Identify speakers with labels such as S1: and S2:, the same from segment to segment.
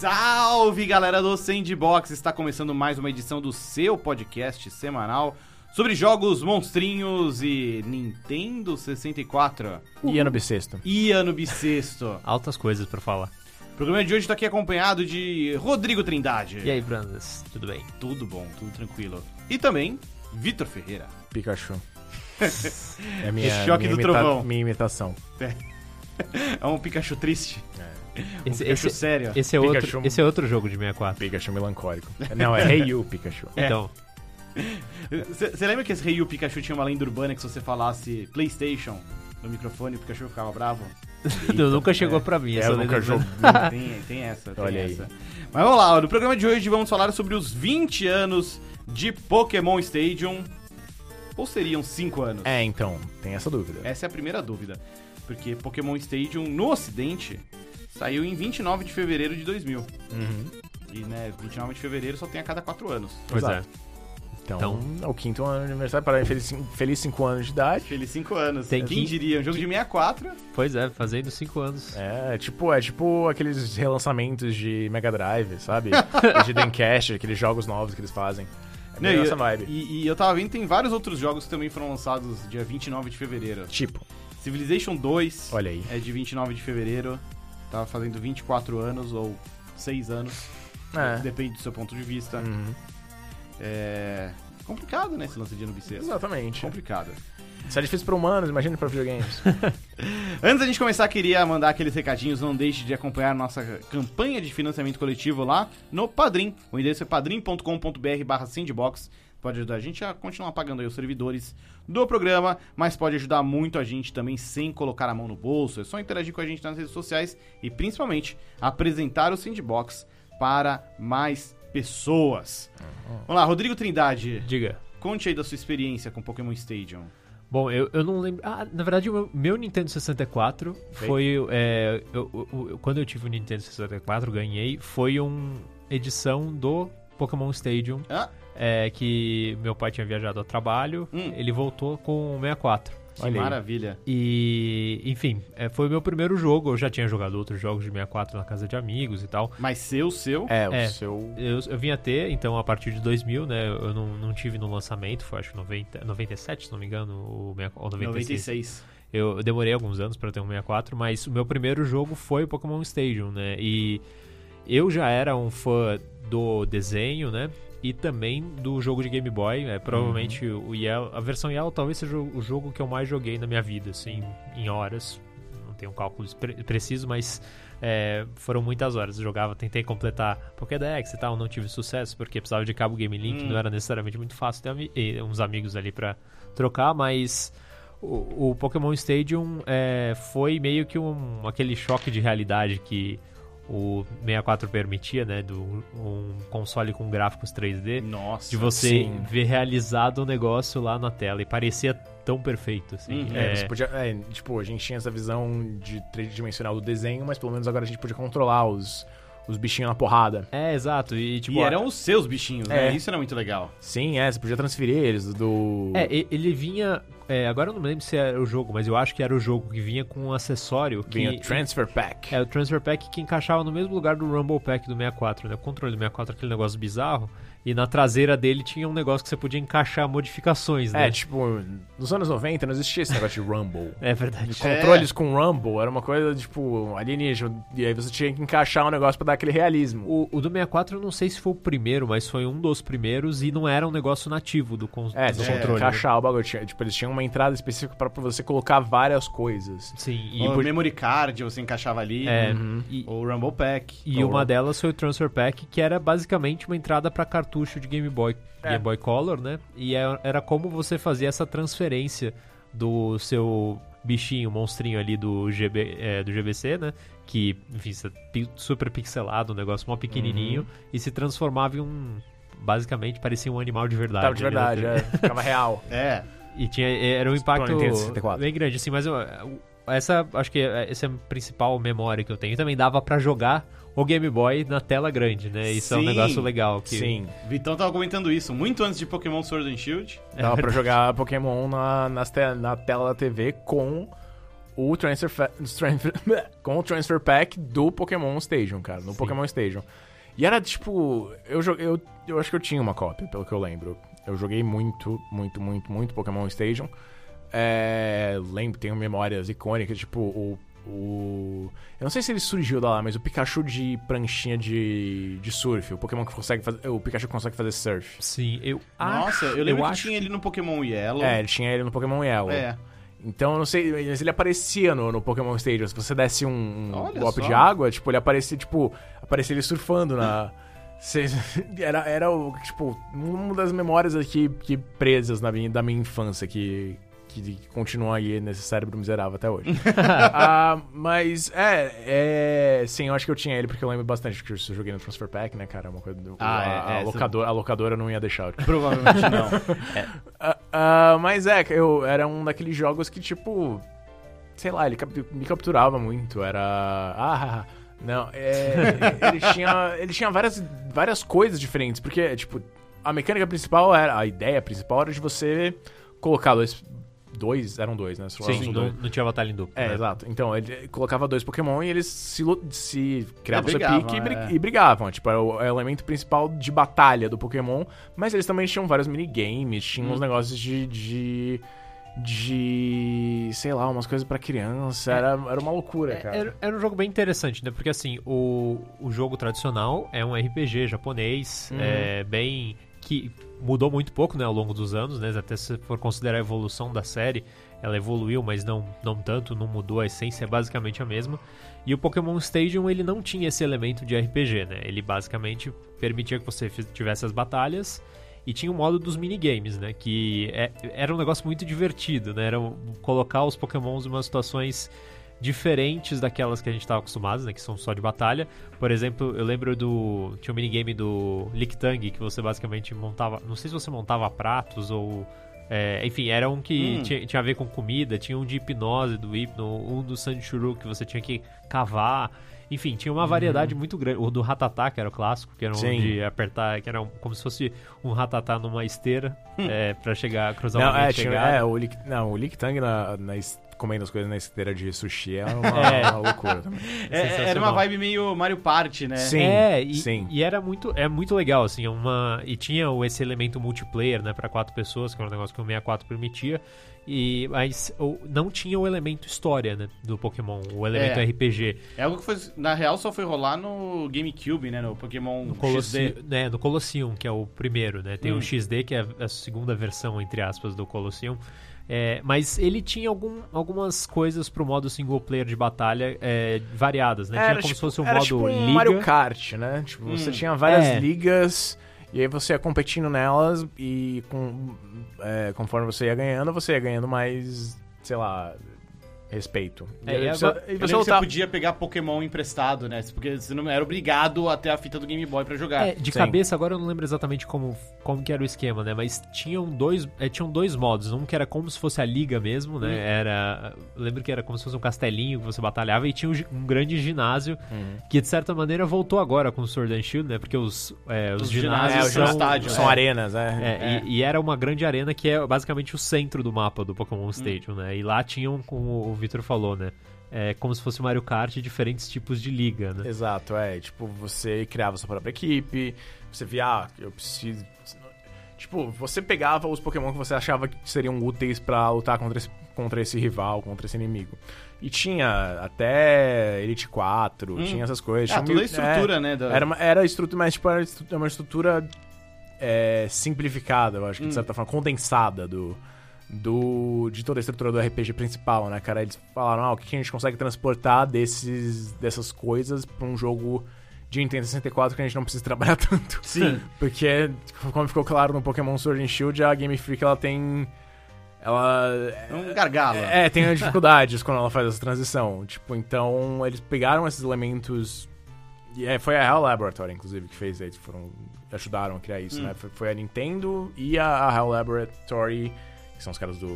S1: Salve galera do Sandbox! Está começando mais uma edição do seu podcast semanal sobre jogos, monstrinhos e Nintendo 64
S2: E ano bissexto.
S1: e ano bissexto.
S3: Altas coisas pra falar.
S1: O programa de hoje está aqui acompanhado de Rodrigo Trindade.
S3: E aí, Brandas, tudo bem?
S1: Tudo bom, tudo tranquilo. E também Vitor Ferreira.
S2: Pikachu. É a minha,
S1: O choque
S2: minha
S1: do
S2: imita-
S1: trovão.
S2: Minha imitação.
S1: É um Pikachu triste. Um
S3: É. Esse,
S1: Pikachu
S3: esse-
S1: sério.
S3: esse é
S2: Pikachu.
S3: outro, esse é outro jogo de 64.
S2: Pikachu melancólico. Não, é Hey You, Pikachu.
S3: Então,
S1: Você lembra que esse Rei e o Pikachu tinha uma lenda urbana que se você falasse PlayStation no microfone, o Pikachu ficava bravo?
S3: tu Então, nunca chegou pra mim.
S2: É,
S3: essa
S2: eu nunca
S3: lenda,
S2: jogo.
S3: mas-
S1: tem, tem essa, tem
S2: Olha aí.
S1: essa. Mas vamos lá, ó, no programa de hoje vamos falar sobre os 20 anos de Pokémon Stadium. Ou seriam 5 anos?
S2: É, então, tem essa dúvida.
S1: Essa é a primeira dúvida. Porque Pokémon Stadium no ocidente saiu em 29 de fevereiro de 2000.
S2: Uhum.
S1: E né, 29 de fevereiro só tem a cada 4 anos.
S3: Pois é.
S2: Então, é o quinto ano de aniversário para feliz, cin- feliz cinco anos de idade.
S1: Feliz 5 anos.
S3: Tem
S1: Quem
S3: que-
S1: diria? Um jogo de 64.
S3: Pois é, fazendo 5 anos.
S2: É tipo, é tipo aqueles relançamentos de Mega Drive, sabe? de Dreamcast, aqueles jogos novos que eles fazem. É
S1: Não,
S2: bem
S1: e,
S2: essa vibe.
S1: e- e eu tava vendo, tem vários outros jogos que também foram lançados dia 29 de fevereiro.
S2: Tipo,
S1: Civilization 2.
S2: olha aí.
S1: É de 29 de fevereiro. Tá fazendo 24 anos ou 6 anos.
S2: É.
S1: Depende do seu ponto de vista.
S2: Uhum.
S1: É. Complicado, né? Esse lance de ano bissexto.
S2: Exatamente.
S1: Complicado.
S2: Isso é difícil para humanos, imagina para videogames.
S1: Antes da gente começar, queria mandar aqueles recadinhos. Não deixe de acompanhar nossa campanha de financiamento coletivo lá no Padrim. O endereço é padrim.com.br/barra sandbox. Pode ajudar a gente a continuar pagando aí os servidores do programa, mas pode ajudar muito a gente também sem colocar a mão no bolso. É só interagir com a gente nas redes sociais e principalmente apresentar o Sandbox para mais pessoas.
S2: Uhum.
S1: Vamos lá, Rodrigo Trindade,
S3: Diga.
S1: conte aí da sua experiência com Pokémon Stadium.
S3: Bom, eu, eu não lembro. Ah, na verdade, o meu, meu Nintendo 64 foi. é, eu- eu- eu- quando eu tive o Nintendo 64, ganhei. Foi uma edição do Pokémon Stadium.
S1: Ah.
S3: é, que meu pai tinha viajado ao trabalho.
S1: Hum.
S3: Ele voltou com o 64.
S1: Que
S2: Olha aí.
S1: maravilha.
S3: E, enfim, é, foi o meu primeiro jogo. Eu já tinha jogado outros jogos de 64 na casa de amigos e tal.
S1: Mas seu, seu.
S2: É, o
S3: É.
S2: seu.
S3: Eu, eu vim a ter, então, a partir de 2000, né? Eu não, não tive no lançamento, foi acho que 90, 97, se não me engano, o, 64 ou 96.
S1: 96.
S3: Eu, eu demorei alguns anos pra ter um 64, mas o meu primeiro jogo foi o Pokémon Stadium, né? E eu já era um fã do desenho, né? E também do jogo de Game Boy, é provavelmente o Yellow, a versão Yellow talvez seja o o jogo que eu mais joguei na minha vida, assim, em horas. Não tenho um cálculo pre- preciso, mas é, foram muitas horas. Eu jogava, tentei completar Pokédex e tal, não tive sucesso porque precisava de cabo Game Link,
S1: Hum.
S3: não era necessariamente muito fácil ter ami- e uns amigos ali pra trocar, mas o, o Pokémon Stadium é, foi meio que um, aquele choque de realidade que o 64 permitia, né? Do, um console com gráficos 3D,
S1: Nossa.
S3: de você
S2: sim.
S3: ver realizado o negócio lá na tela e parecia tão perfeito, assim.
S1: Uhum.
S2: É,
S3: É,
S2: você podia, é, tipo, a gente tinha essa visão de tridimensional do desenho, mas pelo menos agora a gente podia controlar os, os bichinhos na porrada.
S3: é, exato. E, tipo,
S1: e
S3: a-
S1: eram os seus bichinhos, né?
S2: É.
S1: Isso era muito legal.
S2: Sim, é, você podia transferir eles do.
S3: É, e- ele vinha. é, agora eu não me lembro se era o jogo, mas eu acho que era o jogo que vinha com um acessório.
S2: vinha
S3: que,
S2: Transfer Pack.
S3: É, o Transfer Pack que encaixava no mesmo lugar do Rumble Pack do 64, né? O controle do 64, aquele negócio bizarro. E na traseira dele tinha um negócio que você podia encaixar modificações, né?
S2: É, tipo, nos anos 90 não existia esse negócio de Rumble.
S3: É verdade.
S1: É.
S2: Controles com Rumble era uma coisa, tipo, alienígena. E aí você tinha que encaixar um negócio pra dar aquele realismo.
S3: O, o do 64 eu não sei se foi o primeiro, mas foi um dos primeiros e não era um negócio nativo do, con
S2: É,
S3: do
S2: você tinha que
S3: controle. né?
S2: encaixar o bagulho. Tinha- Tipo, eles tinham uma entrada específica pra pra você colocar várias coisas.
S3: Sim, e,
S1: E o
S3: por-
S1: memory card você encaixava ali.
S3: é,
S1: Uhum.
S3: e-
S1: Ou o Rumble Pack.
S3: E
S2: Ou-
S3: uma delas foi o Transfer Pack, que era basicamente uma entrada pra cartucho de Game Boy,
S2: É.
S3: Game Boy Color, né? E é- era como você fazia essa transferência do seu bichinho, monstrinho ali do, GB, é, do GBC, né? Que, enfim, você é pi- super pixelado, um negócio mó pequenininho,
S2: Uhum.
S3: e se transformava em um... Basicamente, parecia um animal de verdade.
S2: Tava de
S3: né?
S2: verdade, é. Ficava real.
S1: É.
S3: E tinha, era um impacto
S2: Nintendo 64.
S3: bem grande, assim, mas eu- eu- essa, acho que é- essa é a principal memória que eu tenho. E também dava pra jogar o Game Boy na tela grande, né? Isso é um
S1: Sim,
S3: negócio legal. Que,
S2: Sim.
S1: Vitão tava comentando isso muito antes de Pokémon Sword and Shield.
S2: É Dava pra jogar Pokémon na, nas te- na tela da TV com o Transfer, fa- transfer- com o transfer Pack do Pokémon Stadium, cara. No Pokémon Stadium. E era tipo. Eu, joguei, eu, eu acho que eu tinha uma cópia, pelo que eu lembro. Eu joguei muito, muito, muito, muito Pokémon Stadium. É, lembro, tenho memórias icônicas, tipo o. O. Eu não sei se ele surgiu da lá, mas o Pikachu de pranchinha de, de surf. O Pokémon que consegue fazer. O Pikachu que consegue fazer surf.
S3: Sim, eu
S1: Nossa,
S3: acho.
S1: eu lembro que
S3: Ah, acho
S1: tinha ele no Pokémon Yellow.
S2: É, ele tinha ele no Pokémon Yellow.
S1: É.
S2: Então, eu não sei, mas ele aparecia no, no Pokémon Stadium. Se você desse um, um
S1: Olha
S2: golpe
S1: só.
S2: de água, tipo, ele aparecia, tipo, aparecia ele surfando na. Cê- Era, era o, tipo, uma das memórias aqui que presas na minha, da minha infância que, que continua aí nesse cérebro miserável até hoje. Ah, mas, é, é. Sim, eu acho que eu tinha ele porque eu lembro bastante. Porque eu joguei no Transfer Pack, né, cara? Uma coisa,
S1: Ah, é,
S2: a,
S1: é,
S2: a
S1: essa-
S2: locadora, a locadora não ia deixar. eu-
S1: Provavelmente não.
S2: ah, ah, mas é, eu era um daqueles jogos que, tipo. Sei lá, ele cap- me capturava muito. Era. Ah, não. É, ele tinha, ele tinha várias, várias coisas diferentes. Porque, tipo, a mecânica principal era. A ideia principal era de você colocar dois. Dois, eram dois, né? Só
S3: ah, Sim,
S2: eram
S3: não,
S2: dois.
S3: não tinha batalha em duplo.
S2: É,
S3: né?
S2: exato. Então, ele colocava dois Pokémon e eles se, lu- se criavam
S1: É,
S2: seu
S1: brigavam,
S2: pique e, bri-
S1: é.
S2: e brigavam. Tipo, era o, é o elemento principal de batalha do Pokémon. Mas eles também tinham vários minigames, tinham uns negócios de. de... de, sei lá, umas coisas pra criança. Era, era uma loucura, cara.
S3: Era, era um jogo bem interessante, né? Porque assim, o, o jogo tradicional é um RPG japonês, é bem. que mudou muito pouco né, ao longo dos anos, né? Até se for considerar a evolução da série, ela evoluiu, mas não, não tanto, não mudou, a essência é basicamente a mesma. E o Pokémon Stadium, ele não tinha esse elemento de RPG, né? Ele basicamente permitia que você fiz- tivesse as batalhas. E tinha o modo dos minigames, né? Que é- era um negócio muito divertido, né? Era um- colocar os pokémons em umas situações diferentes daquelas que a gente estava acostumado, né? Que são só de batalha. Por exemplo, eu lembro do. Tinha um minigame do Lictang, que você basicamente montava. Não sei se você montava pratos ou. é, enfim, era um que
S1: Hum.
S3: tinha, tinha a ver com comida, tinha um de hipnose do Hypno, um do Sandshuru que você tinha que cavar. Enfim, tinha uma variedade muito grande. O do Ratatá, que era o clássico, que era um
S2: Sim.
S3: de apertar, que era um- como se fosse um Ratatá numa esteira é, para chegar, cruzar
S2: Hum. Não,
S3: uma linha
S2: é,
S3: de
S2: tinha,
S3: chegada.
S2: é, o Lick, não, o Licktang na, na es- comendo as coisas na esteira de sushi era uma,
S3: É.
S2: uma loucura também.
S1: É,
S3: sensacional.
S1: era uma vibe meio Mario Party, né?
S2: Sim,
S3: é, e,
S2: assim, sim.
S3: e era muito, é muito legal, assim, é uma e tinha o- esse elemento multiplayer, né, para quatro pessoas, que era um negócio que o 64 permitia. E mas o- não tinha o elemento história, né, do Pokémon, o elemento
S1: É.
S3: RPG.
S1: É algo que foi, na real só foi rolar no GameCube, né? No Pokémon
S3: No
S1: XD.
S3: Colosseum, né, no Colosseum, que é o primeiro, né? Tem
S1: Hum.
S3: o XD, que é a segunda versão, entre aspas, do Colosseum. É, mas ele tinha algum- algumas coisas pro modo single player de batalha é, variadas, né? tinha como se fosse um
S2: era
S3: modo
S2: tipo um
S3: liga.
S2: Mario Kart, né? Tipo, você
S1: Hum.
S2: tinha várias
S3: É.
S2: ligas e aí você ia competindo nelas e com, é, conforme você ia ganhando, você ia ganhando mais, sei lá, respeito. E
S3: É,
S2: aí
S3: e
S2: você, e
S3: agora-
S1: Eu
S2: você
S1: lembro que você
S2: lutava-
S1: podia pegar Pokémon emprestado, né? Porque você não era obrigado a ter a fita do Game Boy pra jogar.
S3: É, de
S2: Sim.
S3: cabeça agora eu não lembro exatamente como, como que era o esquema, né? Mas tinham dois, é, tinham dois modos. Um que era como se fosse a liga mesmo, né? Era, eu lembro que era como se fosse um castelinho que você batalhava e tinha um, gi- um grande ginásio que de certa maneira voltou agora com o Sword and Shield, né? Porque os, é, os
S1: Os
S3: ginásios,
S1: ginásios
S3: são,
S1: são estádio,
S2: são
S1: é.
S2: arenas, né?
S3: é, E, e era uma grande arena que é basicamente o centro do mapa do Pokémon Stadium, né? E lá tinham, como o Victor falou, né? É, como se fosse o Mario Kart, diferentes tipos de liga, né?
S2: Exato, é. Tipo, você criava sua própria equipe, você via, ah, eu preciso. Tipo, você pegava os Pokémon que você achava que seriam úteis pra lutar contra esse, contra esse rival, contra esse inimigo. E tinha até Elite 4, tinha essas coisas.
S1: Ah,
S2: tinha
S1: toda a
S2: mil-
S1: estrutura, né? da-
S2: é, era, uma, era estrutura, mas tipo, era estru- uma estrutura é, simplificada, eu acho que de certa forma, condensada do. Do, de toda a estrutura do RPG principal, né, cara? Eles falaram, ah, o que que a gente consegue transportar desses, dessas coisas pra um jogo de Nintendo 64 que a gente não precisa trabalhar tanto.
S1: Sim.
S2: Porque, como ficou claro no Pokémon Sword and Shield, a Game Freak, ela tem... Ela
S1: É um gargalo.
S2: é, tem dificuldades quando ela faz essa transição. Tipo, então eles pegaram esses elementos. E é, foi a Hell Laboratory, inclusive, que fez. Eles foram, ajudaram a criar isso,
S1: Hum.
S2: né? Foi, foi a Nintendo e a, a Hell Laboratory, que são os caras do,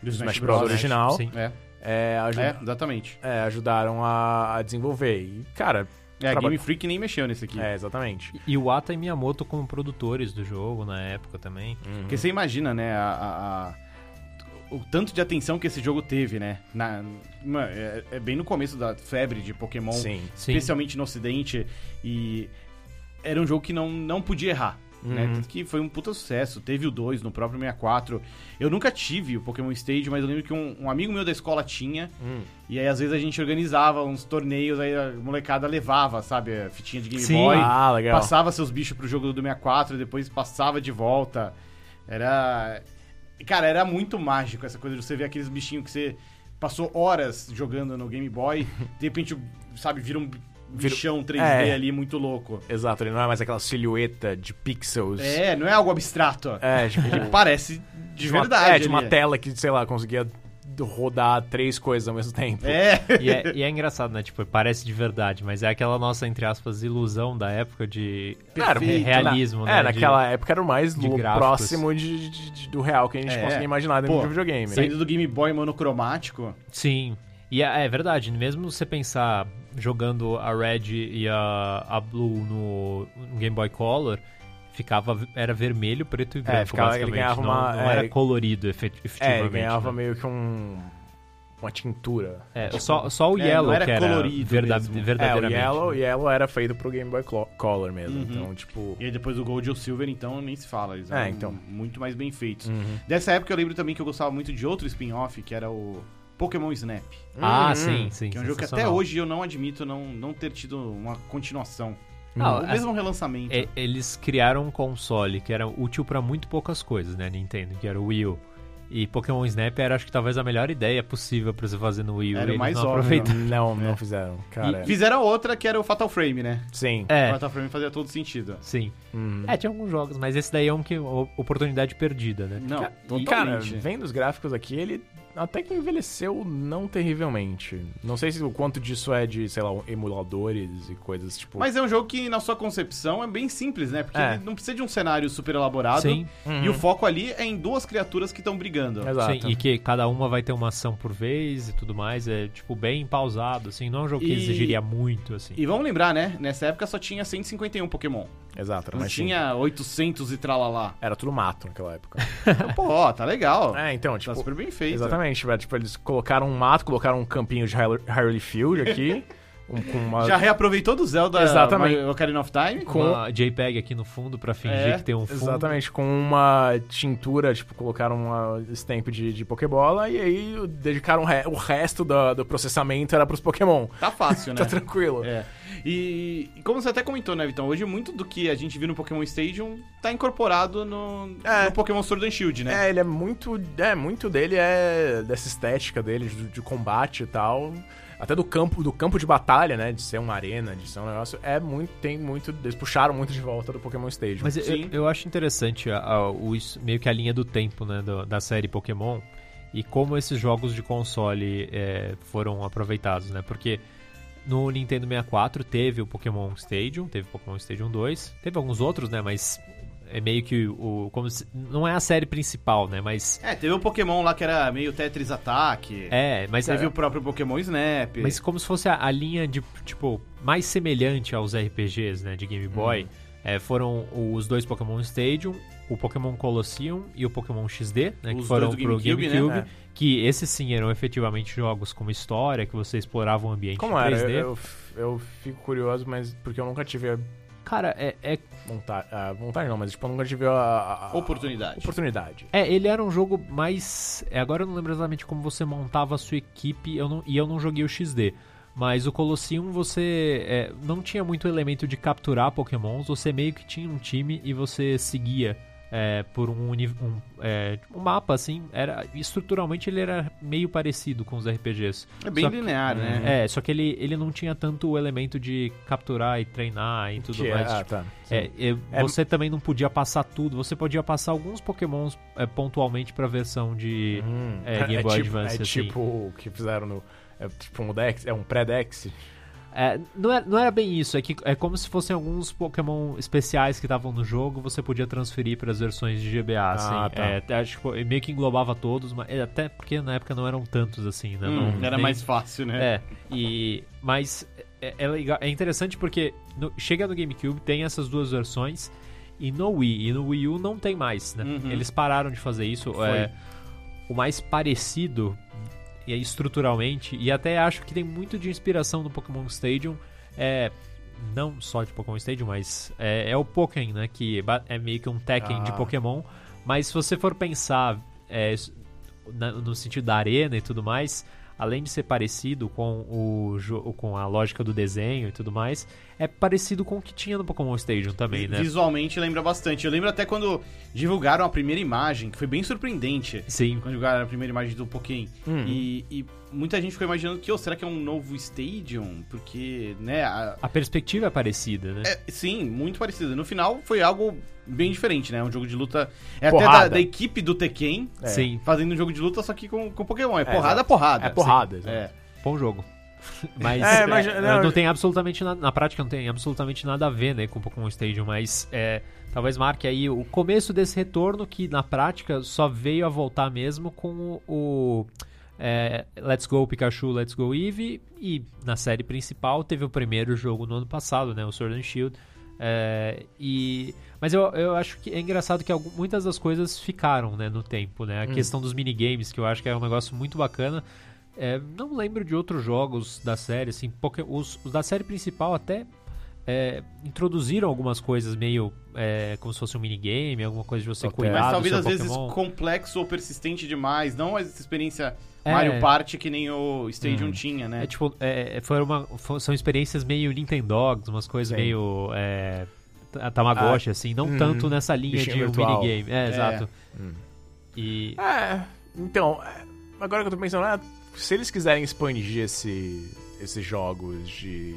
S1: Do
S2: Smash Bros. original,
S3: Sim.
S1: É,
S2: é, aju-
S1: é, exatamente.
S2: é, ajudaram a, a desenvolver. E, cara,
S1: É, a
S2: Trabalho.
S1: Game Freak nem mexeu nesse aqui.
S2: é, exatamente.
S3: E o Ata e Miyamoto como produtores do jogo na época também.
S2: Hum.
S1: Porque você imagina, né, a- a- a- o tanto de atenção que esse jogo teve, né? Na- ma- é, é bem no começo da febre de Pokémon,
S2: Sim.
S3: Sim.
S1: especialmente no ocidente. E era um jogo que não, não podia errar. Né?
S2: Uhum.
S1: Tanto que foi um puta sucesso. Teve o 2 no próprio 64. Eu nunca tive o Pokémon Stage, mas eu lembro que um, um amigo meu da escola tinha.
S2: Hum.
S1: E aí, às vezes, a gente organizava uns torneios, aí a molecada levava, sabe, a fitinha de Game
S3: Sim.
S1: Boy.
S2: Ah, legal.
S1: Passava seus bichos pro jogo do 64, depois passava de volta. Era. Cara, era muito mágico essa coisa de você ver aqueles bichinhos que você passou horas jogando no Game Boy, de repente, sabe, vira um
S2: Vira-
S1: bichão 3D
S2: É.
S1: ali muito louco.
S2: Exato, ele não é mais aquela silhueta de pixels.
S1: É, não é algo abstrato. ó.
S2: É, tipo,
S1: Ele parece de
S2: uma-
S1: verdade.
S2: é, de uma
S1: ali.
S2: tela que, sei lá, conseguia rodar três coisas ao mesmo tempo.
S1: É.
S3: E é, e é engraçado, né? Tipo, parece de verdade, mas é aquela nossa, entre aspas, ilusão da época de
S2: Claro,
S1: Perfeito.
S3: realismo,
S2: Na-
S3: né?
S2: É,
S3: de-
S2: naquela época era o mais
S3: de
S2: lo-
S3: gráficos.
S2: próximo de- de- de- do real que a gente
S1: É.
S2: conseguia imaginar dentro
S1: Pô,
S2: de um videogame. né?
S1: Saindo do Game Boy monocromático.
S3: Sim. E é, é verdade, mesmo você pensar jogando a Red e a, a Blue no, no Game Boy Color, ficava era vermelho, preto e branco,
S2: É, ficava- ele
S3: basicamente.
S2: ganhava
S3: não
S2: uma-
S3: não
S2: é,
S3: era
S2: ele-
S3: colorido, efet-
S2: É,
S3: efetivamente.
S2: ele ganhava
S3: né?
S2: meio que um. Uma tintura.
S3: É, só, só o
S1: É, não
S3: Yellow
S1: era
S3: que era
S1: colorido
S3: verda-
S1: mesmo.
S2: É, o
S3: verdadeiramente. né.
S2: Yellow, Yellow era feito pro Game Boy Clo- Color mesmo. Então, tipo.
S1: E aí depois o Gold e o Silver, então, nem se fala. Eles
S2: É,
S1: eram
S2: então.
S1: muito mais bem feitos. Dessa época eu lembro também que eu gostava muito de outro spin-off, que era o Pokémon Snap.
S3: Ah,
S2: Hum,
S3: sim, sim.
S1: Que é um jogo que até
S3: sensacional.
S1: hoje eu não admito não, não ter tido uma continuação.
S3: Ah,
S1: o
S3: essa-
S1: mesmo um relançamento.
S3: É, eles criaram um console que era útil pra muito poucas coisas, né, Nintendo, que era o Wii U. E Pokémon Snap era, acho que talvez a melhor ideia possível pra você fazer no Wii U.
S1: Era o
S3: e eles
S1: mais
S3: não
S1: óbvio.
S3: aproveitaram.
S2: Não,
S3: É.
S2: não fizeram. Cara.
S1: Fizeram outra que era o Fatal Frame, né?
S2: Sim.
S1: O
S3: É,
S1: Fatal Frame fazia todo sentido.
S3: sim.
S2: Uhum.
S3: É, tinha alguns jogos, mas esse daí é um que o- oportunidade perdida, né?
S1: Não,
S2: E, cara,
S1: totalmente.
S2: vendo os gráficos aqui, ele até que envelheceu não terrivelmente. Não sei se o quanto disso é de, sei lá, emuladores e coisas tipo.
S1: Mas é um jogo que, na sua concepção, é bem simples, né? Porque
S2: É.
S1: ele não precisa de um cenário super elaborado.
S3: Sim,
S1: E o foco ali é em duas criaturas que estão brigando.
S2: Exato.
S3: sim, e que cada uma vai ter uma ação por vez e tudo mais, é tipo bem pausado, assim, não é um jogo que
S1: E-
S3: exigiria muito, assim.
S1: E vamos lembrar, né? Nessa época só tinha 151 Pokémon.
S2: Exato.
S1: Não
S2: mas sim,
S1: tinha 800 e tralalá.
S2: Era tudo mato naquela época.
S1: Então, Pô, tá legal.
S2: é, então,
S1: tá
S2: tipo.
S1: super bem feito.
S2: Exatamente, velho. Tipo, eles colocaram um mato, colocaram um campinho de Hyl- Hyrule Field aqui. um- com uma.
S1: Já reaproveitou do Zelda
S2: Exatamente.
S1: Mario- Ocarina of Time.
S3: Com uma JPEG aqui no fundo pra fingir
S1: É,
S3: que tem um fundo.
S2: Exatamente, com uma tintura, tipo, colocaram uma stamp de, de Pokébola e aí dedicaram o re- o resto da- do, processamento era pros Pokémon.
S1: Tá fácil, né?
S2: Tá tranquilo.
S1: É. E, e como você até comentou, né, Vitão? Hoje muito do que a gente viu no Pokémon Stadium tá incorporado no,
S2: É.
S1: no Pokémon Sword and Shield, né?
S2: É, ele é muito. É, muito dele é dessa estética dele, de, de combate e tal. Até do campo, do campo de batalha, né? De ser uma arena, de ser um negócio. É muito. Tem muito. Eles puxaram muito de volta do Pokémon Stadium.
S3: Mas eu-
S1: Tipo, Sim.
S3: eu, eu acho interessante a- a- o, isso- meio que a linha do tempo né, do- da série Pokémon e como esses jogos de console é, foram aproveitados, né? Porque no Nintendo 64 teve o Pokémon Stadium, teve o Pokémon Stadium 2, teve alguns outros, né? Mas é meio que o. Como se- não é a série principal, né? Mas.
S1: É, teve o Pokémon lá que era meio Tetris Ataque.
S3: É, mas.
S1: Teve o próprio Pokémon Snap.
S3: Mas como se fosse a, a linha de, tipo, mais semelhante aos RPGs, né, de Game Boy, é, foram os dois Pokémon Stadium, o Pokémon Colosseum e o Pokémon XD, né, que
S1: Os
S3: foram
S1: dois do
S3: pro
S1: GameCube,
S3: GameCube,
S1: né?
S3: que esses sim eram efetivamente jogos com uma história, que você explorava o ambiente
S2: Como
S3: em
S2: era?
S3: 3D.
S2: Eu, eu- eu fico curioso, mas. Porque eu nunca tive a
S3: Cara, é, é,
S2: vontade. A vontade não, mas tipo, eu nunca tive a. a- a-
S1: Oportunidade.
S2: Oportunidade.
S3: é, ele era um jogo mais... é, agora eu não lembro exatamente como você montava a sua equipe, eu não, e eu não joguei o XD. Mas o Colosseum você é, não tinha muito elemento de capturar pokémons, você meio que tinha um time e você seguia é, por um, uni- um, é, um mapa, assim. Era, estruturalmente ele era meio parecido com os RPGs.
S1: É bem
S3: Só que-
S1: linear, né?
S3: É, só que ele, ele não tinha tanto o elemento de capturar e treinar e tudo
S2: Que é-
S3: mais.
S2: ah,
S3: tipo,
S2: tá.
S3: é, e
S2: É-
S3: você também não podia passar tudo, você podia passar alguns pokémons é, pontualmente pra versão de...
S2: Hum.
S3: é, Game Boy
S2: tipo,
S3: Advance,
S2: É
S3: assim.
S2: tipo o que fizeram no. É tipo um Dex, é um pré-Dex.
S3: É, não, era, não era bem isso, é, que, é como se fossem alguns Pokémon especiais que estavam no jogo, você podia transferir para as versões de GBA, assim.
S2: tá.
S3: É, até, acho que meio que englobava todos, mas, é, até porque na época não eram tantos assim, né?
S1: Hum,
S3: Não-
S1: era
S3: nem-
S1: mais fácil, né?
S3: É, e, mas é, é legal, é interessante porque no- chega no GameCube, tem essas duas versões, e no Wii e no Wii U não tem mais, né?
S1: Uhum.
S3: Eles pararam de fazer isso.
S1: Foi.
S3: é, o mais parecido e estruturalmente, e até acho que tem muito de inspiração no Pokémon Stadium, é, não só de Pokémon Stadium, mas é, é o Pokémon, né? Que ba- é meio que um Tekken de
S2: Ah.
S3: Pokémon. Mas se você for pensar é, s- na- no sentido da arena e tudo mais, além de ser parecido com, o, jo- com a lógica do desenho e tudo mais, é parecido com o que tinha no Pokémon Stadium também, né?
S1: Visualmente lembra bastante. Eu lembro até quando divulgaram a primeira imagem, que foi bem surpreendente.
S3: Sim.
S1: Quando divulgaram a primeira imagem do Pokémon.
S2: Hum.
S1: E, e muita gente ficou imaginando que, ô, será que é um novo Stadium? Porque, né, a-
S3: A perspectiva é parecida, né?
S1: é, sim, muito parecido. No final foi algo bem diferente, né? Um jogo de luta. É até da,
S2: Porrada.
S1: da equipe do Tekken
S2: É.
S3: Sim.
S1: fazendo um jogo de luta, só que com, com Pokémon. É porrada,
S2: exato.
S1: porrada.
S2: É porrada,
S1: Sim.
S2: exato.
S1: É.
S3: Bom jogo. Mas,
S2: É, mas,
S3: é,
S2: não,
S3: não, tem absolutamente nada. Na prática não tem absolutamente nada a ver, né, com o Pokémon Stadium, mas é, talvez marque aí o começo desse retorno que na prática só veio a voltar mesmo com o. o, é, Let's Go Pikachu, Let's Go Eevee e na série principal teve o primeiro jogo no ano passado, né, o Sword and Shield. é, e mas eu, eu acho que é engraçado que algum- muitas das coisas ficaram né, no tempo, né? A
S2: Hum.
S3: questão dos minigames, que eu acho que é um negócio muito bacana. É, não lembro de outros jogos da série, assim, porque os, os da série principal até é, introduziram algumas coisas meio é, como se fosse um minigame, alguma coisa de você
S2: Mas
S3: cuidar
S1: Mas
S3: do
S1: talvez
S3: seu
S1: às vezes
S3: Pokémon.
S1: complexo ou persistente demais. Não essa experiência
S3: É.
S1: Mario Party que nem o Stadium tinha, né?
S3: É tipo, é, é, foram uma- fo- são experiências meio Nintendogs, umas coisas
S2: Sim.
S3: meio é, ta- Tamagotchi, assim, não
S2: Uhum.
S3: tanto nessa linha
S2: Bichinho
S3: de um
S2: virtual. Hum.
S3: minigame. É, exato. E,
S2: É, então, é, agora que eu tô pensando, ah, se eles quiserem expandir esse, esses jogos de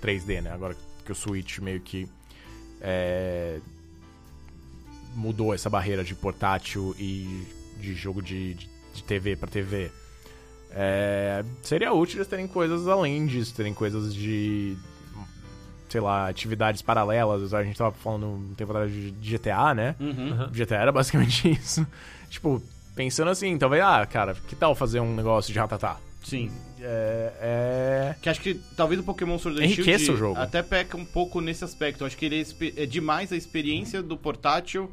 S2: 3D, né? Agora que o Switch meio que é, mudou essa barreira de portátil e de jogo de, de, de TV pra TV. É, seria útil eles terem coisas além disso, terem coisas de. sei lá, atividades paralelas. A gente tava falando um tempo atrás de GTA, né?
S1: Uhum.
S2: GTA era basicamente isso. Tipo, pensando assim, talvez, ah, cara, que tal fazer um negócio de ratatá?
S1: Sim.
S2: É.
S1: Que acho que talvez o Pokémon Sword and
S2: Enriqueça
S1: Shield
S2: o jogo.
S1: até peca um pouco nesse aspecto. Acho que ele é espe- é demais a experiência do portátil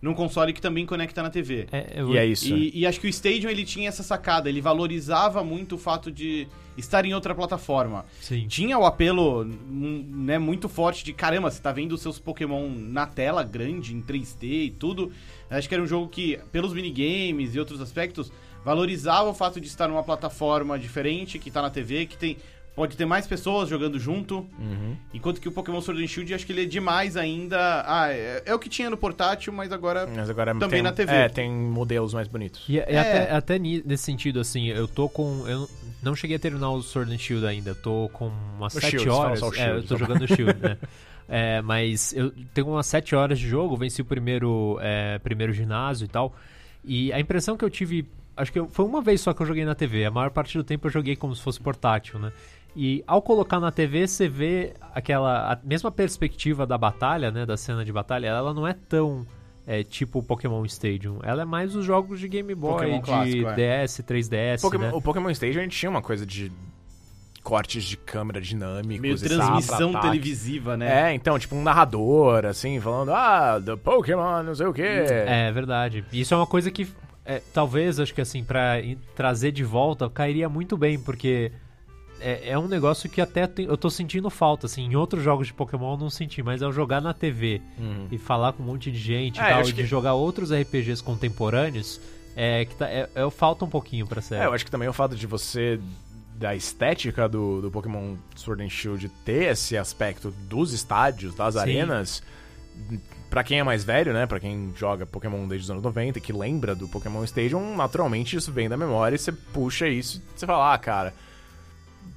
S1: num console que também conecta na TV.
S3: é,
S2: é...
S3: eu-
S2: E é isso.
S1: E, e acho que o Stadium ele tinha essa sacada, ele valorizava muito o fato de estar em outra plataforma.
S3: Sim.
S1: Tinha o apelo hum, né, muito forte de caramba, você tá vendo os seus Pokémon na tela grande, em 3D e tudo. Acho que era um jogo que, pelos minigames e outros aspectos, valorizava o fato de estar numa plataforma diferente, que tá na TV, que tem. Pode ter mais pessoas jogando junto.
S2: Uhum.
S1: Enquanto que o Pokémon Sword and Shield, acho que ele é demais ainda. Ah, é, é o que tinha no portátil, mas agora.
S2: Mas agora
S1: Também
S2: tem,
S1: na TV.
S2: É, tem modelos mais bonitos.
S3: E, e é até, até ni- nesse sentido, assim, eu tô com. Eu não cheguei a terminar o Sword and Shield ainda. eu Tô com umas
S2: O
S3: 7
S2: Shield, você
S3: horas.
S2: fala só o
S3: é, eu
S2: Shield,
S3: tô
S2: tá bom.
S3: jogando o Shield, né? É, mas eu tenho umas 7 horas de jogo, venci o primeiro, é, primeiro ginásio e tal. E a impressão que eu tive. Acho que eu- foi uma vez só que eu joguei na TV. A maior parte do tempo eu joguei como se fosse portátil, né? E ao colocar na TV, você vê aquela. A mesma perspectiva da batalha, né? Da cena de batalha, ela não é tão. É, tipo o Pokémon Stadium. Ela é mais os jogos de Game Boy,
S1: Pokémon
S3: de
S1: clássico, é.
S3: DS, 3DS,
S2: Pokémon-
S3: né?
S2: O Pokémon Stage a gente tinha uma coisa de cortes de câmera dinâmicos
S1: Meio
S2: e
S1: transmissão
S2: tapa, ataque.
S1: televisiva, né?
S2: É, então, tipo um narrador, assim, falando, ah, the Pokémon, não sei o quê.
S3: É verdade. Isso é uma coisa que é, talvez, acho que assim, pra in- trazer de volta, cairia muito bem, porque é, é um negócio que até tem- eu tô sentindo falta, assim. Em outros jogos de Pokémon eu não senti, mas ao jogar na TV
S2: Uhum.
S3: e falar com um monte de gente
S2: É,
S3: e
S2: eu
S3: tal,
S2: acho
S3: e de
S2: que-
S3: jogar outros RPGs contemporâneos, é que tá, é, é, falta um pouquinho pra ser.
S2: É, eu acho que também o fato de você, da estética do, do Pokémon Sword and Shield, ter esse aspecto dos estádios, das
S3: Sim.
S2: arenas, pra quem é mais velho, né, Pra quem joga Pokémon desde os anos 90 e que lembra do Pokémon Stadium, naturalmente isso vem da memória e você puxa isso e você fala, ah, cara,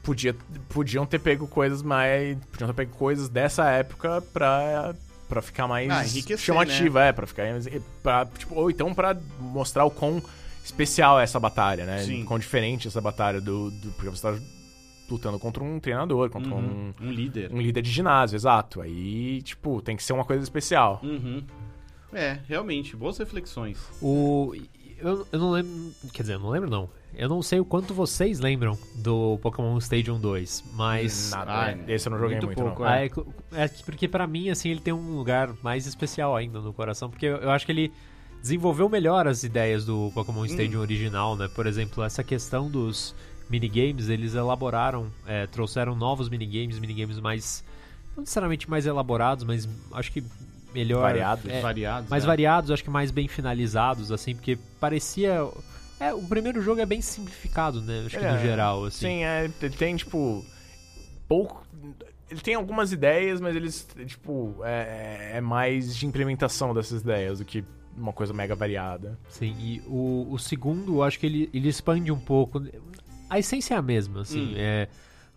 S2: podia, podiam ter pego coisas mais... podiam ter pego coisas dessa época pra... Pra ficar mais
S1: Ah, enriquecer,
S2: chamativa, é, pra ficar. mais- Pra, tipo, ou então pra mostrar o quão especial essa batalha, né?
S1: Sim.
S2: Quão diferente essa batalha do, do- Porque você tá lutando contra um treinador, contra
S1: Uhum. Um líder.
S2: um, um líder de ginásio, exato. Aí, tipo, tem que ser uma coisa especial.
S1: Uhum. É, realmente, boas reflexões.
S3: O. Eu, eu não lembro. Quer dizer, eu não lembro não. Eu não sei o quanto vocês lembram do Pokémon Stadium 2, mas.
S2: Nada,
S1: Ah,
S2: né? Esse eu não joguei
S1: muito
S2: muito,
S1: pouco,
S2: não.
S3: Ah, é co- é que- porque pra mim, assim, ele tem um lugar mais especial ainda no coração, porque eu, eu acho que ele desenvolveu melhor as ideias do Pokémon Stadium
S2: Hum.
S3: original, né? Por exemplo, essa questão dos minigames, eles elaboraram, é, trouxeram novos minigames, minigames mais não necessariamente mais elaborados, mas acho que melhor.
S2: Variados.
S3: é,
S1: Variados.
S3: mais
S1: né?
S3: variados, acho que mais bem finalizados, assim, porque parecia. É, o primeiro jogo é bem simplificado, né? Acho que
S2: É,
S3: no geral, assim.
S2: Sim, é, ele tem, tipo, pouco... Ele tem algumas ideias, mas eles, tipo, é, é mais de implementação dessas ideias do que uma coisa mega variada.
S3: Sim, e o, o segundo, eu acho que ele, ele expande um pouco. A essência é a mesma, assim.
S1: Hum.
S3: É,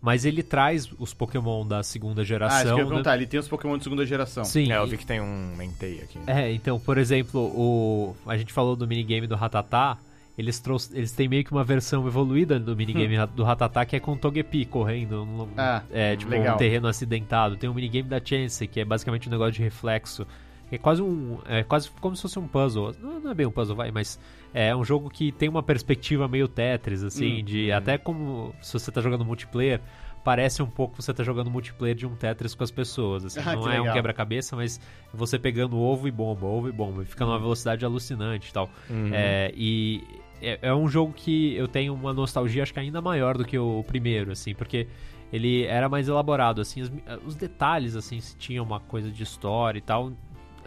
S3: mas ele traz os Pokémon da segunda
S1: Ah, isso
S3: geração.
S1: que eu ia
S3: né?
S1: perguntar. então. Ele tem os Pokémon de segunda geração.
S3: Sim.
S2: É, eu
S3: e-
S2: vi que tem um Mentei aqui.
S3: é, então, por exemplo, o a gente falou do minigame do Ratatá. Eles, trouxe, eles têm meio que uma versão evoluída do minigame ra- do Ratatá, que é com o Togepi correndo. num-
S1: Hum. Ah,
S3: é, tipo,
S1: legal.
S3: um terreno acidentado. Tem um minigame da Chance, que é basicamente um negócio de reflexo. que É quase um. É quase como se fosse um puzzle. Não, não é bem um puzzle, vai, mas é um jogo que tem uma perspectiva meio Tetris, assim,
S1: Hum.
S3: de. Até como se você tá jogando multiplayer, parece um pouco que você tá jogando multiplayer de um Tetris com as pessoas. Assim,
S1: Ah,
S3: não
S1: que
S3: é um
S1: legal.
S3: quebra-cabeça, mas você pegando ovo e bomba, ovo e bomba, e fica
S1: Hum.
S3: numa velocidade alucinante e tal.
S2: Uhum.
S3: É, e é, é um jogo que eu tenho uma nostalgia, acho que ainda maior do que o primeiro, assim, porque ele era mais elaborado, assim, os, os detalhes, assim, se tinha uma coisa de história e tal,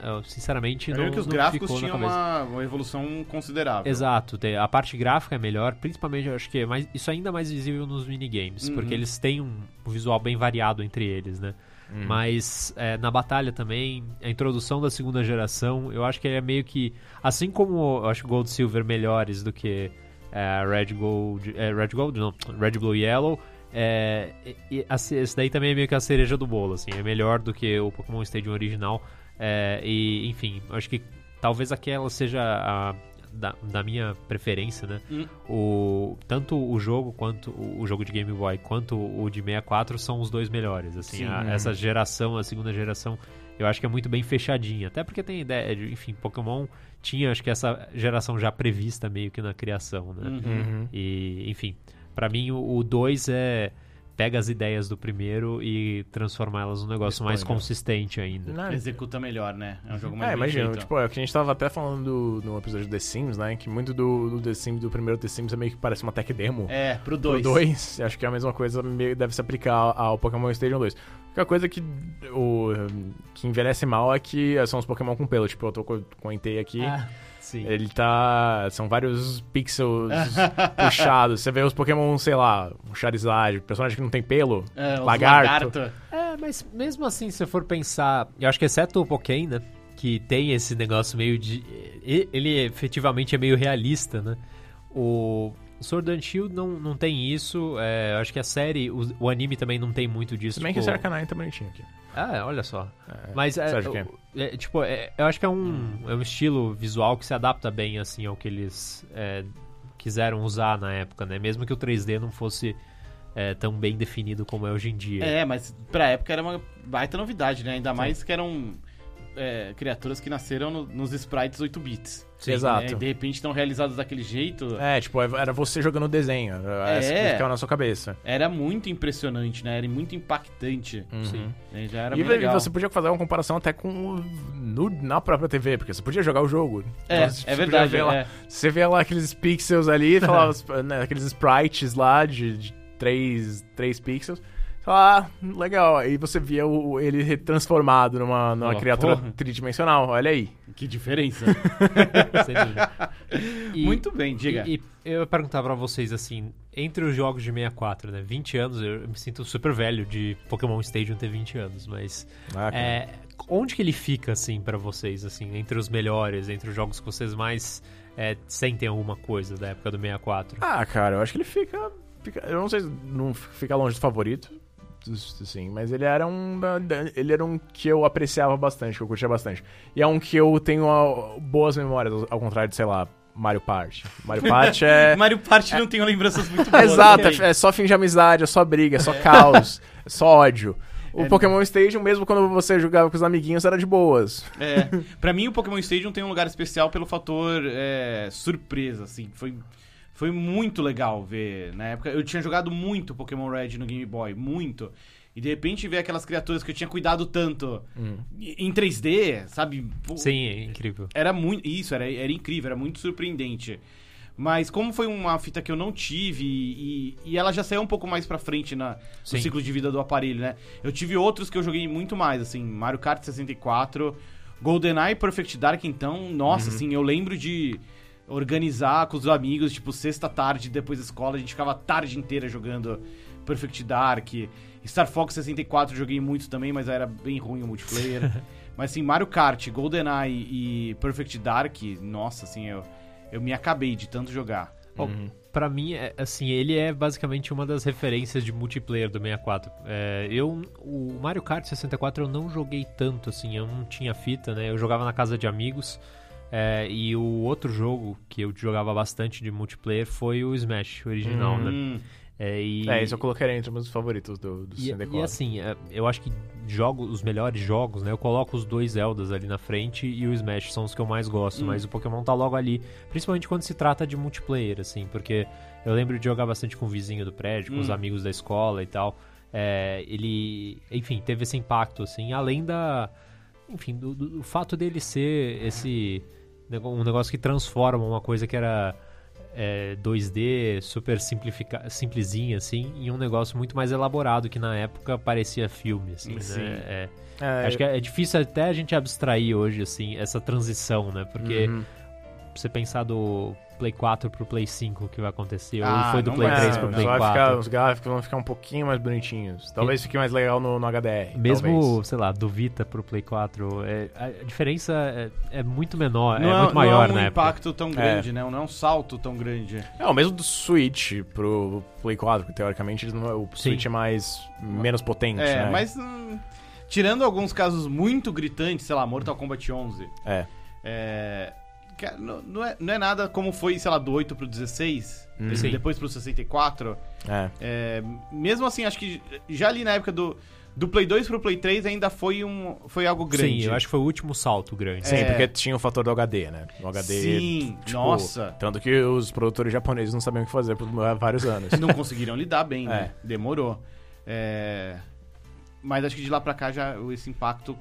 S3: eu, sinceramente,
S1: Eu
S3: não,
S1: lembro que os
S3: não
S1: gráficos
S3: ficou na
S1: tinham
S3: cabeça.
S1: uma, uma evolução considerável.
S3: Exato, tem- a parte gráfica é melhor, principalmente eu acho que é mais, isso ainda é mais visível nos minigames,
S1: Uhum.
S3: porque eles têm um visual bem variado entre eles, né?
S2: Hum.
S3: Mas é, na batalha também, a introdução da segunda geração, eu acho que ele é meio que. Assim como eu acho Gold e Silver melhores do que é, Red Gold. é, Red Gold, não, Red Blue e Yellow. É, e- e a ce- esse daí também é meio que a cereja do bolo, assim, é melhor do que o Pokémon Stadium original. é, e, enfim, eu acho que talvez aquela seja a. Da, da minha preferência, né?
S1: Hum.
S3: O, tanto o jogo quanto o jogo de Game Boy quanto o de 64 são os dois melhores. Assim,
S1: Sim.
S3: a- essa geração, a segunda geração, eu acho que é muito bem fechadinha. Até porque tem ideia de, enfim, Pokémon tinha, acho que essa geração já prevista meio que na criação, né?
S1: Uhum.
S2: Uhum.
S3: E, enfim, pra mim o 2 é pega as ideias do primeiro e transforma elas num negócio mais
S2: Expande.
S3: consistente ainda.
S2: Não,
S1: Ah, Executa melhor, né? É um jogo mais
S2: é,
S1: bem
S2: imagina,
S1: feito.
S2: tipo, é o que a gente tava até falando no episódio do The Sims, né? Que muito do, do The Sims, do primeiro The Sims, é meio que parece uma tech demo.
S1: É, pro
S2: Pro
S1: 2.
S2: 2, acho que é a mesma coisa, meio- deve se aplicar ao Pokémon Stadium 2. A única coisa que, o, que envelhece mal é que são os Pokémon com pelo. Tipo, eu tô com com o Entei aqui,
S3: Ah, sim.
S2: ele tá... São vários pixels puxados. Você vê os Pokémon, sei lá, o Charizard, personagem que não tem pelo.
S1: É, os
S2: Lagarto.
S3: É, mas mesmo assim, se você for pensar, eu acho que exceto o Pokémon, né? Que tem esse negócio meio de. e- Ele efetivamente é meio realista, né? O Sword and Shield não, não tem isso. é, eu acho que a série, o, o anime também não tem muito disso.
S2: Se bem que
S3: tipo-
S2: o Arcanine tá bonitinho aqui.
S3: Ah, olha só.
S2: É. Hum.
S3: Mas é,
S2: Sérgio Kemp.
S3: o- é, tipo, é- eu acho que é um, é um estilo visual que se adapta bem assim ao que eles é, quiseram usar na época, né? Mesmo que o 3D não fosse é, tão bem definido como é hoje em dia.
S1: É, mas pra época era uma baita novidade, né? Ainda mais que eram é, criaturas que nasceram no- nos sprites 8 bits.
S2: Sim,
S1: Né?
S2: exato.
S1: E de repente estão realizados daquele jeito.
S2: É, tipo, era você jogando o desenho. Era
S1: É.
S2: essa que ficava na sua cabeça.
S1: Era muito impressionante, né? Era muito impactante.
S3: Uhum. Sim.
S1: Né? Já era
S2: e
S1: bem legal.
S2: você podia fazer uma comparação até com o- no- na própria TV, porque você podia jogar o jogo.
S1: É,
S2: Então, você
S1: é
S2: podia
S1: verdade.
S2: ver lá-
S1: é.
S2: Você vê lá aqueles pixels ali, fala, né, aqueles sprites lá de, de 3, pixels. Você Fala, ah, legal. Aí você via o- ele retransformado numa, numa
S3: Pô,
S2: criatura
S1: porra.
S2: tridimensional, olha aí.
S1: Que diferença.
S3: Sem dúvida. E-
S1: muito bem, diga.
S3: E, e eu ia perguntar pra vocês, assim, entre os jogos de 64, né? 20 anos, eu me sinto super velho de Pokémon Stadium ter 20 anos, mas... é, onde que ele fica, assim, pra vocês, assim, entre os melhores, entre os jogos que vocês mais é, sentem alguma coisa da época do 64?
S2: Ah, cara, eu acho que ele fica, fica- Eu não sei se não fica longe do favorito. Sim, mas ele era um. Ele era um que eu apreciava bastante, que eu curtia bastante. E é um que eu tenho ah, boas memórias, ao contrário de, sei lá, Mario Party. Mario Party é.
S1: Mario Party não tem lembranças muito né? boas.
S2: Exato,
S1: também.
S2: é, é só fim de amizade, é só briga, é só caos, é só ódio.
S3: É.
S2: O Pokémon Stadium, mesmo quando você jogava com os amiguinhos, era de boas.
S1: É, pra mim o Pokémon Stadium tem um lugar especial pelo fator é, surpresa, assim, foi, foi muito legal ver, na época, eu tinha jogado muito Pokémon Red no Game Boy, muito, e de repente ver aquelas criaturas que eu tinha cuidado tanto,
S2: Hum.
S1: e- em 3D, sabe, Pô,
S3: Sim, é incrível.
S1: era muito, isso, era, era incrível, era muito surpreendente, Mas como foi uma fita que eu não tive e, e ela já saiu um pouco mais pra frente na, no
S3: Sim.
S1: ciclo de vida do aparelho, né? Eu tive outros que eu joguei muito mais, assim, Mario Kart 64, GoldenEye Perfect Dark, então, nossa, assim, eu lembro de organizar com os amigos, tipo, sexta-tarde, depois da escola, a gente ficava a tarde inteira jogando Perfect Dark. Star Fox 64 eu joguei muito também, mas era bem ruim o multiplayer. mas assim, Mario Kart, GoldenEye e Perfect Dark, nossa, assim, eu, eu me acabei de tanto jogar.
S3: Ó,
S2: Uhum.
S3: Pra mim, é- assim, ele é basicamente uma das referências de multiplayer do 64. É, eu, o Mario Kart 64 eu não joguei tanto, assim, eu não tinha fita, né? Eu jogava na casa de amigos. é, e o outro jogo que eu jogava bastante de multiplayer foi o Smash original, né?
S1: Hum,
S3: É, e,
S2: Uhum. É, isso eu colocaria entre meus favoritos do, do
S3: e,
S2: 64.
S3: e assim, é, eu acho que jogo, os melhores jogos, né? Eu coloco os dois Zeldas ali na frente e o Smash são os que eu mais gosto, mas o Pokémon tá logo ali. Principalmente quando se trata de multiplayer, assim, porque eu lembro de jogar bastante com o vizinho do prédio, com os
S1: Hum.
S3: amigos da escola e tal. É, ele, enfim, teve esse impacto, assim, além da. Enfim, do, do- do fato dele ser esse. nego- Um negócio que transforma uma coisa que era é, 2D super simplifica, simplesinha, assim, e um negócio muito mais elaborado que na época parecia filme, assim, né?
S1: Sim.
S3: É,
S2: É,
S3: acho que é difícil até a gente abstrair hoje, assim, essa transição, né? Porque
S2: uhum.
S3: você pensar do Play 4 pro Play 5 que vai acontecer,
S1: Ah,
S3: ou foi do
S1: não
S3: Play
S1: vai
S2: É,
S3: 3
S1: ser,
S3: pro
S1: não.
S3: Play
S2: só vai
S3: 4.
S2: ficar- os gráficos vão ficar um pouquinho mais bonitinhos. Talvez fique mais legal no, no HDR.
S3: Mesmo,
S2: talvez.
S3: sei lá, do Vita pro Play 4, é- a diferença é, é muito menor,
S1: não
S3: é muito maior
S1: não é um
S3: na época.
S1: impacto tão grande, né? Não é um salto tão grande.
S2: É, o mesmo do Switch pro Play 4, que teoricamente eles não- o
S3: Sim.
S2: Switch é mais menos potente,
S1: É,
S2: né?
S1: mas hum, tirando alguns casos muito gritantes, sei lá, Mortal Kombat 11,
S2: É.
S1: é, cara, não, não é, não é nada como foi, sei lá, do 8 pro 16,
S2: Hum.
S3: Sim.
S1: depois pro 64.
S2: É.
S1: É, mesmo assim, acho que já ali na época do, do Play 2 pro Play 3 ainda foi, um, foi algo grande.
S3: Sim, eu acho que foi o último salto grande.
S2: Sim,
S1: É.
S2: porque tinha o fator do HD, né? O HD.
S1: Sim,
S2: tipo,
S1: nossa.
S2: Tanto que os produtores japoneses não sabiam o que fazer por vários anos.
S1: Não conseguiram lidar bem, né? Demorou. É, mas acho que de lá pra cá já esse impacto,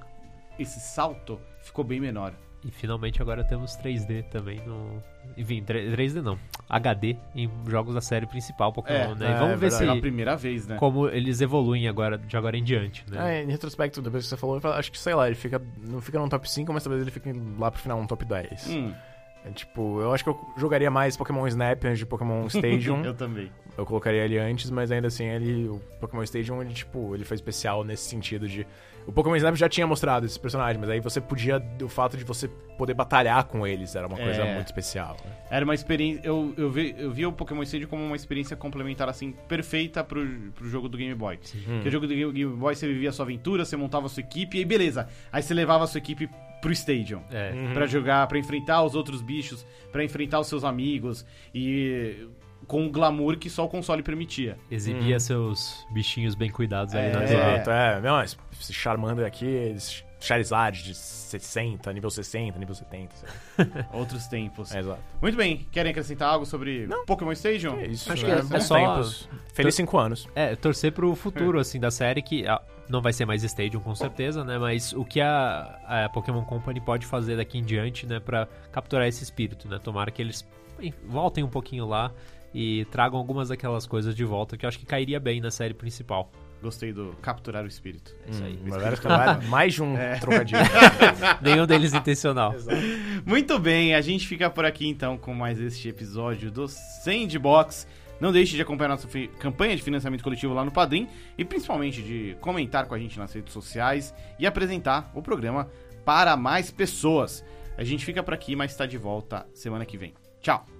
S1: esse salto ficou bem menor.
S3: E finalmente agora temos 3D também no. Enfim, 3- 3D não. HD em jogos da série principal Pokémon,
S1: É,
S3: né? E
S2: é
S3: vamos ver
S2: verdade.
S1: Pela
S3: se.
S1: primeira vez, né?
S3: Como eles evoluem agora, de agora em diante, né?
S2: É, em retrospecto, depois que você falou, eu falo, acho que, sei lá, ele fica. Não fica num top 5, mas talvez ele fique lá pro final, um top 10.
S1: Hum,
S2: É, tipo, eu acho que eu jogaria mais Pokémon Snap antes de Pokémon Stadium.
S1: eu
S2: eu...
S1: também.
S2: colocaria ele antes, mas ainda assim, ele, o Pokémon Stadium, ele, tipo, ele foi especial nesse sentido de. O Pokémon Snap já tinha mostrado esse personagem, mas aí você podia. O fato de você poder batalhar com eles era uma coisa
S1: É.
S2: muito especial. né?
S1: Era uma experiência. Eu, eu, vi, eu via o Pokémon Stadium como uma experiência complementar, assim, perfeita pro, pro jogo do Game Boy. Porque o jogo do Game Game Boy você vivia a sua aventura, você montava a sua equipe, e aí beleza. Aí você levava a sua equipe pro Stadium.
S3: É.
S2: Uhum.
S1: Pra jogar, pra enfrentar os outros bichos, pra enfrentar os seus amigos. E com o glamour que só o console permitia.
S3: Exibia seus bichinhos bem cuidados ali na
S1: Uhum. É.
S3: TV.
S2: Exato, é. Não, esse esse Charmander aqui, esse Charizard de 60, nível 60, nível 70. sei lá.
S1: Outros tempos.
S2: É, exato.
S1: Muito bem, querem acrescentar algo sobre Pokémon Stadium?
S2: É isso,
S3: Acho
S2: né?
S3: que é- é
S2: Bons
S3: só-
S2: tempos. Feliz 5 anos.
S3: É, torcer pro futuro, assim, da série, que ah, não vai ser mais Stadium, com certeza, né? Mas o que a, a Pokémon Company pode fazer daqui em diante, né? Pra capturar esse espírito, né? Tomara que eles enfim, voltem um pouquinho lá e tragam algumas daquelas coisas de volta que eu acho que cairia bem na série principal.
S1: Gostei do capturar o espírito.
S3: É isso aí.
S2: Hum, vários trabalhos, mais de um trocadilho.
S3: Nenhum deles intencional.
S1: Muito bem, a gente fica por aqui então com mais este episódio do Sandbox. Não deixe de acompanhar nossa fi- campanha de financiamento coletivo lá no Padrim e principalmente de comentar com a gente nas redes sociais e apresentar o programa para mais pessoas. A gente fica por aqui, mas está de volta tá semana que vem. Tchau!